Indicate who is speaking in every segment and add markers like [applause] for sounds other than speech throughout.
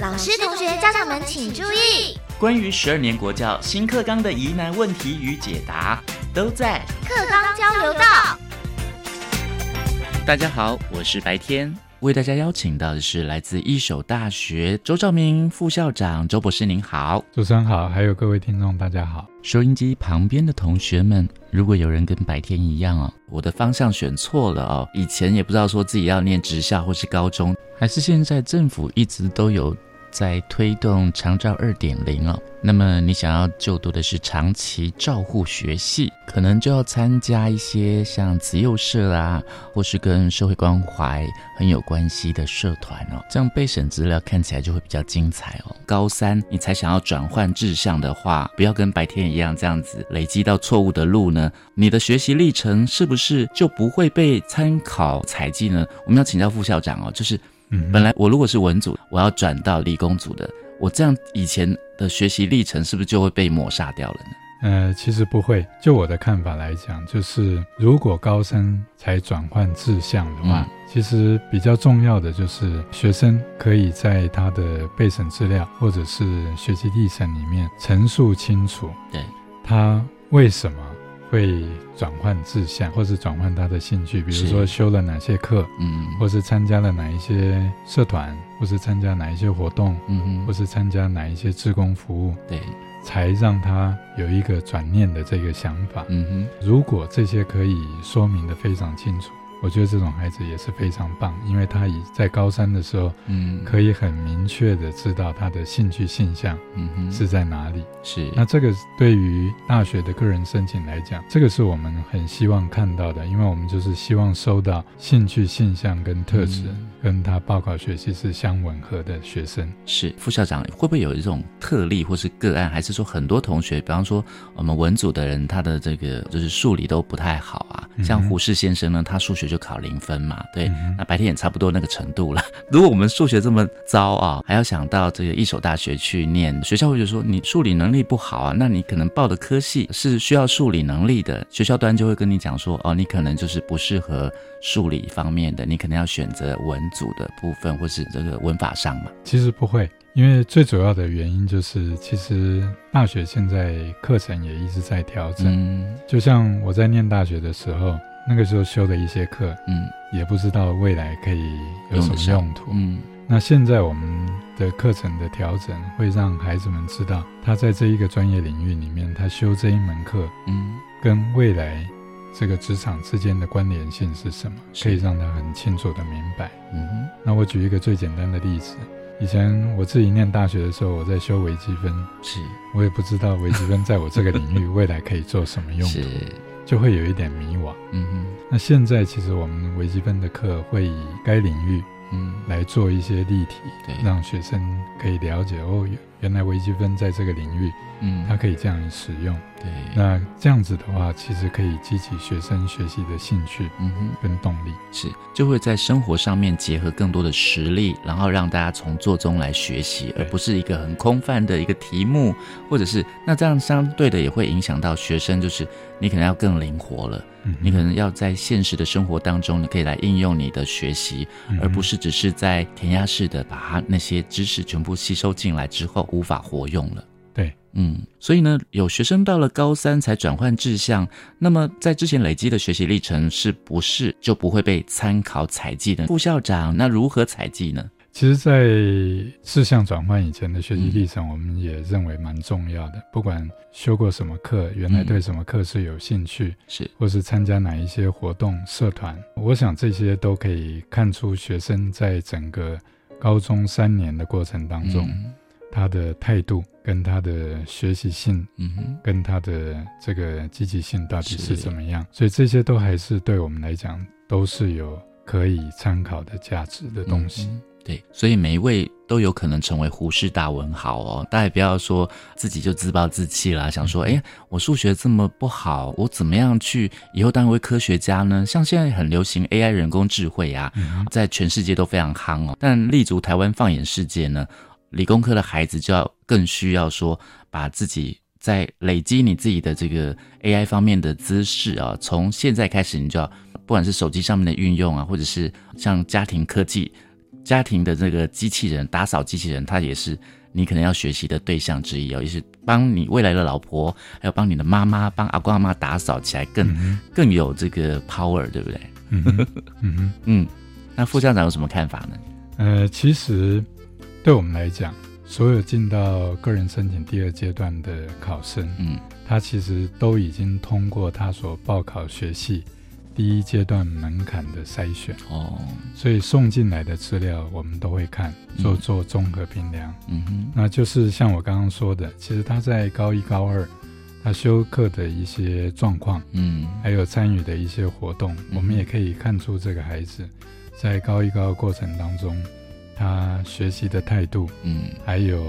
Speaker 1: 老师、同学、家长们请注意，
Speaker 2: 关于十二年国教新课纲的疑难问题与解答都在。
Speaker 1: 课纲交流道。
Speaker 2: 大家好，我是白天。为大家邀请到的是来自一手大学周兆明副校长周博士，您好。
Speaker 3: 主持人好，还有各位听众，大家好。
Speaker 2: 收音机旁边的同学们，如果有人跟白天一样哦，我的方向选错了哦，以前也不知道说自己要念职校或是高中，还是现在政府一直都有在推动长照二点零哦。那么你想要就读的是长期照护学系，可能就要参加一些像慈幼社啊啦，或是跟社会关怀很有关系的社团哦。这样备审资料看起来就会比较精彩哦。高三你才想要转换志向的话，不要跟白天一样这样子累积到错误的路呢。你的学习历程是不是就不会被参考采集呢？我们要请教副校长哦，就是
Speaker 3: 嗯
Speaker 2: 本来我如果是文组，我要转到理工组的，我这样以前的学习历程是不是就会被抹杀掉了呢？
Speaker 3: 呃，其实不会。就我的看法来讲，就是如果高三才转换志向的话，
Speaker 2: 嗯
Speaker 3: 其实比较重要的就是学生可以在他的备审资料或者是学习历程里面陈述清楚，
Speaker 2: 对
Speaker 3: 他为什么会转换志向，或是转换他的兴趣，比
Speaker 2: 是
Speaker 3: 如说修了哪些课，
Speaker 2: 嗯，
Speaker 3: 或是参加了哪一些社团，或是参加哪一些活动，
Speaker 2: 嗯
Speaker 3: 或，是参加哪一些志工服务，
Speaker 2: 对，
Speaker 3: 才让他有一个转念的这个想法。
Speaker 2: 嗯
Speaker 3: 如果这些可以说明的非常清楚，我觉得这种孩子也是非常棒，因为他已在高三的时候
Speaker 2: 哼，嗯，
Speaker 3: 可以很明确的知道他的兴趣性向
Speaker 2: 嗯哼，
Speaker 3: 是在哪里。
Speaker 2: 是，
Speaker 3: 那这个对于大学的个人申请来讲，这个是我们很希望看到的，因为我们就是希望收到兴趣性向跟特质
Speaker 2: 嗯
Speaker 3: 跟他报考学习是相吻合的学生。
Speaker 2: 是副校长会不会有一种特例或是个案，还是说很多同学，比方说我们文组的人，他的这个就是数理都不太好啊，
Speaker 3: 嗯哼
Speaker 2: 像胡适先生呢，他数学就考零分嘛，对，
Speaker 3: 嗯哼
Speaker 2: 那白天也差不多那个程度了。 [laughs] 如果我们数学这么糟啊，还要想到这个一所大学去念，学校会觉得说你数理能力不好啊，那你可能报的科系是需要数理能力的，学校端就会跟你讲说，哦，你可能就是不适合数理方面的，你可能要选择文组的部分或是这个文法上嘛，
Speaker 3: 其实不会，因为最主要的原因就是，其实大学现在课程也一直在调整。
Speaker 2: 嗯
Speaker 3: 就像我在念大学的时候，那个时候修的一些课，
Speaker 2: 嗯。
Speaker 3: 也不知道未来可以有什么用途。
Speaker 2: 嗯
Speaker 3: 那现在我们的课程的调整，会让孩子们知道，他在这一个专业领域里面，他修这一门课
Speaker 2: 嗯，
Speaker 3: 跟未来这个职场之间的关联性是什么，
Speaker 2: 是
Speaker 3: 可以让他很清楚的明白。
Speaker 2: 嗯哼，
Speaker 3: 那我举一个最简单的例子，以前我自己念大学的时候，我在修微积分，
Speaker 2: 是
Speaker 3: 我也不知道微积分在我这个
Speaker 2: [laughs]
Speaker 3: 领域未来可以做什么用途
Speaker 2: 是，，
Speaker 3: 就会有一点迷惘。
Speaker 2: 嗯
Speaker 3: 那现在其实我们微积分的课会以该领域
Speaker 2: 哼，嗯，
Speaker 3: 来做一些例题，
Speaker 2: 对，
Speaker 3: 让学生可以了解哦，原原来微积分在这个领域
Speaker 2: 嗯，
Speaker 3: 它可以这样使用。
Speaker 2: 对，
Speaker 3: 那这样子的话，其实可以激起学生学习的兴趣
Speaker 2: 嗯哼，
Speaker 3: 跟动力。
Speaker 2: 是就会在生活上面结合更多的实力，然后让大家从做中来学习，而
Speaker 3: 对
Speaker 2: 不是一个很空泛的一个题目，或者是那这样相对的也会影响到学生，就是你可能要更灵活了，
Speaker 3: 嗯
Speaker 2: 你可能要在现实的生活当中，你可以来应用你的学习，
Speaker 3: 嗯
Speaker 2: 而不是只是在填鸭式的把它那些知识全部吸收进来之后无法活用了。
Speaker 3: 对，
Speaker 2: 嗯，所以呢，有学生到了高三才转换志向，那么在之前累积的学习历程是不是就不会被参考采集呢？副校长，那如何采集呢？
Speaker 3: 其实，在事项转换以前的学习历程，我们也认为蛮重要的。不管修过什么课，原来对什么课是有兴趣，
Speaker 2: 是，
Speaker 3: 或是参加哪一些活动、社团，我想这些都可以看出学生在整个高中三年的过程当中，
Speaker 2: 嗯
Speaker 3: 他的态度、跟他的学习性、
Speaker 2: 嗯哼，
Speaker 3: 跟他的这个积极性到底
Speaker 2: 是
Speaker 3: 是怎么样。所以这些都还是对我们来讲都是有可以参考的价值的东西。
Speaker 2: 嗯对，所以每一位都有可能成为胡适大文豪哦。大家也不要说自己就自暴自弃啦，想说，
Speaker 3: 嗯
Speaker 2: 哎，我数学这么不好，我怎么样去以后当一位科学家呢？像现在很流行 AI 人工智慧啊，
Speaker 3: 嗯
Speaker 2: 在全世界都非常夯哦。但立足台湾，放眼世界呢，理工科的孩子就要更需要说，把自己在累积你自己的这个 AI 方面的知识啊，从现在开始，你就要不管是手机上面的运用啊，或者是像家庭科技。家庭的这个机器人打扫机器人，它也是你可能要学习的对象之一哦，也是帮你未来的老婆，还有帮你的妈妈，帮阿公阿妈打扫起来更、
Speaker 3: 嗯
Speaker 2: 更有这个 power，对不对？
Speaker 3: 哼嗯哼嗯哼，
Speaker 2: 嗯，那副校长有什么看法呢？
Speaker 3: 呃，其实对我们来讲，所有进到个人申请第二阶段的考生，
Speaker 2: 嗯
Speaker 3: 他其实都已经通过他所报考学系第一阶段门槛的筛选，
Speaker 2: 哦
Speaker 3: 所以送进来的资料我们都会看，做做综合评量。
Speaker 2: 嗯哼
Speaker 3: 那就是像我刚刚说的，其实他在高一、高二，他修课的一些状况，
Speaker 2: 嗯
Speaker 3: 还有参与的一些活动，我们也可以看出这个孩子在高一、高二过程当中，他学习的态度，
Speaker 2: 嗯
Speaker 3: 还有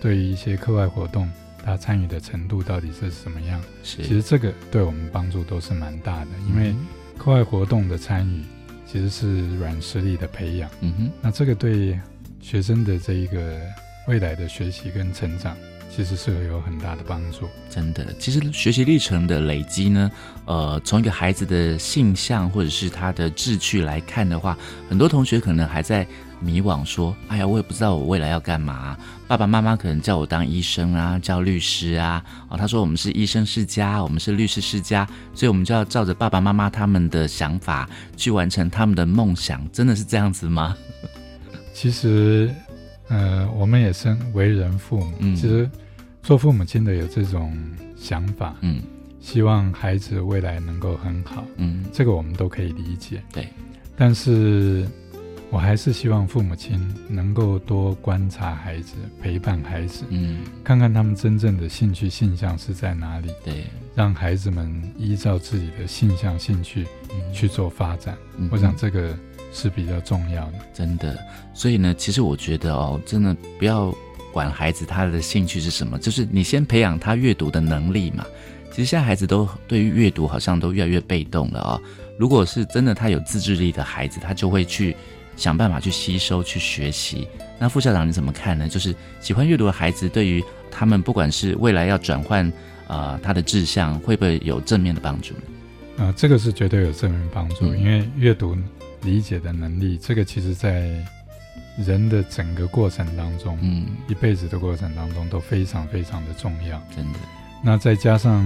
Speaker 3: 对于一些课外活动他参与的程度到底是什么样。
Speaker 2: 是，
Speaker 3: 其实这个对我们帮助都是蛮大的，
Speaker 2: 嗯
Speaker 3: 因为课外活动的参与其实是软实力的培养，
Speaker 2: 嗯哼
Speaker 3: 那这个对学生的这一个未来的学习跟成长，其实是有很大的帮助。
Speaker 2: 真的，其实学习历程的累积呢，呃，从一个孩子的性向或者是他的志趣来看的话，很多同学可能还在迷惘，说：“哎呀，我也不知道我未来要干嘛、爸爸妈妈可能叫我当医生啊，叫律师啊，哦，他说我们是医生世家，我们是律师世家，所以我们就要照着爸爸妈妈他们的想法去完成他们的梦想，真的是这样子吗？
Speaker 3: 其实，呃，我们也身为人父母，
Speaker 2: 嗯
Speaker 3: 其实做父母亲的有这种想法，
Speaker 2: 嗯
Speaker 3: 希望孩子未来能够很好，
Speaker 2: 嗯，
Speaker 3: 这个我们都可以理解。
Speaker 2: 对，
Speaker 3: 但是我还是希望父母亲能够多观察孩子，陪伴孩子，
Speaker 2: 嗯，
Speaker 3: 看看他们真正的兴趣性向是在哪里，
Speaker 2: 对，
Speaker 3: 让孩子们依照自己的性向兴趣
Speaker 2: 嗯
Speaker 3: 去做发展。
Speaker 2: 嗯
Speaker 3: 我想这个是比较重要的。
Speaker 2: 真的，所以呢，其实我觉得哦，真的不要管孩子他的兴趣是什么，就是你先培养他阅读的能力嘛。其实现在孩子都对于阅读好像都越来越被动了哦。如果是真的他有自制力的孩子，他就会去想办法去吸收、去学习。那副校长你怎么看呢？就是喜欢阅读的孩子，对于他们不管是未来要转换呃他的志向，会不会有正面的帮助呢？
Speaker 3: 啊、这个是绝对有正面帮助，
Speaker 2: 嗯
Speaker 3: 因为阅读理解的能力，这个其实在人的整个过程当中，
Speaker 2: 嗯，
Speaker 3: 一辈子的过程当中都非常非常的重要。
Speaker 2: 真的，
Speaker 3: 那再加上，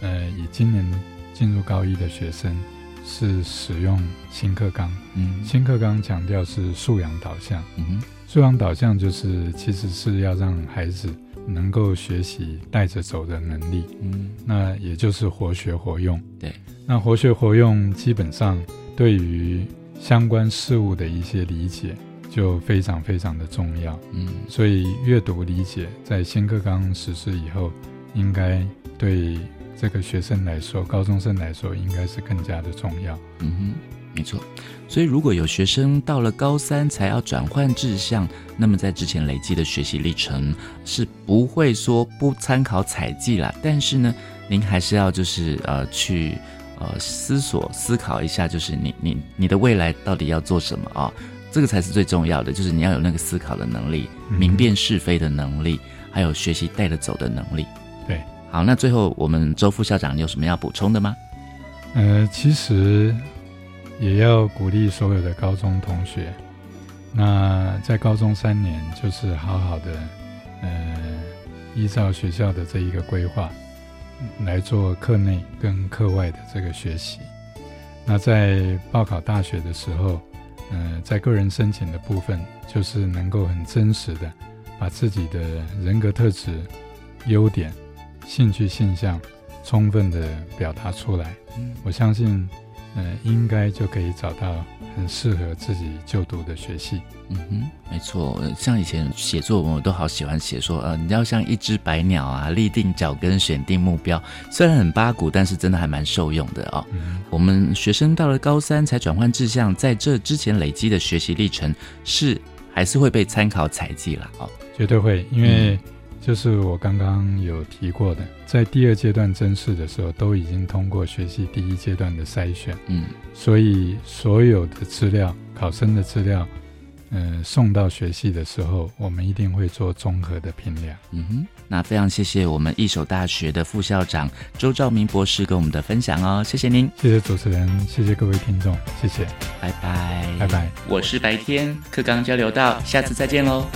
Speaker 3: 呃，以今年进入高一的学生是使用新课纲，
Speaker 2: 嗯
Speaker 3: 新课纲强调是素养导向，
Speaker 2: 嗯哼
Speaker 3: 素养导向就是其实是要让孩子能够学习带着走的能力，
Speaker 2: 嗯
Speaker 3: 那也就是活学活用。
Speaker 2: 对，
Speaker 3: 那活学活用基本上对于相关事物的一些理解就非常非常的重要，
Speaker 2: 嗯
Speaker 3: 所以阅读理解在新课纲实施以后，应该对这个学生来说，高中生来说应该是更加的重要。
Speaker 2: 嗯哼，没错。所以如果有学生到了高三才要转换志向，那么在之前累积的学习历程是不会说不参考采集啦，但是呢，您还是要就是呃去呃思索思考一下，就是你你你的未来到底要做什么啊、这个才是最重要的，就是你要有那个思考的能力，
Speaker 3: 嗯
Speaker 2: 明辨是非的能力，还有学习带着走的能力。
Speaker 3: 对，
Speaker 2: 好，那最后我们周副校长，你有什么要补充的吗？
Speaker 3: 呃，其实也要鼓励所有的高中同学，那在高中三年就是好好的，呃，依照学校的这一个规划嗯来做课内跟课外的这个学习。那在报考大学的时候，呃，在个人申请的部分，就是能够很真实的把自己的人格特质、优点、兴趣现象充分的表达出来。
Speaker 2: 嗯
Speaker 3: 我相信，呃，应该就可以找到很适合自己就读的学系。
Speaker 2: 嗯哼，没错，呃像以前写作文，我都好喜欢写说，呃，你要像一只白鸟啊，立定脚跟，选定目标。虽然很八股，但是真的还蛮受用的哦。
Speaker 3: 嗯，
Speaker 2: 我们学生到了高三才转换志向，在这之前累积的学习历程是还是会被参考采集啦哦。
Speaker 3: 绝对会，因为就是我刚刚有提过的，在第二阶段甄试的时候，都已经通过学习第一阶段的筛选，
Speaker 2: 嗯
Speaker 3: 所以所有的资料，考生的资料，呃送到学系的时候，我们一定会做综合的评量。
Speaker 2: 嗯哼，那非常谢谢我们一所大学的副校长周兆明博士跟我们的分享哦，谢谢您，
Speaker 3: 谢谢主持人，谢谢各位听
Speaker 2: 嗯
Speaker 3: 众，谢谢，
Speaker 2: 拜拜，
Speaker 3: 拜拜。
Speaker 2: 我是白天课纲交流道，下次再见喽。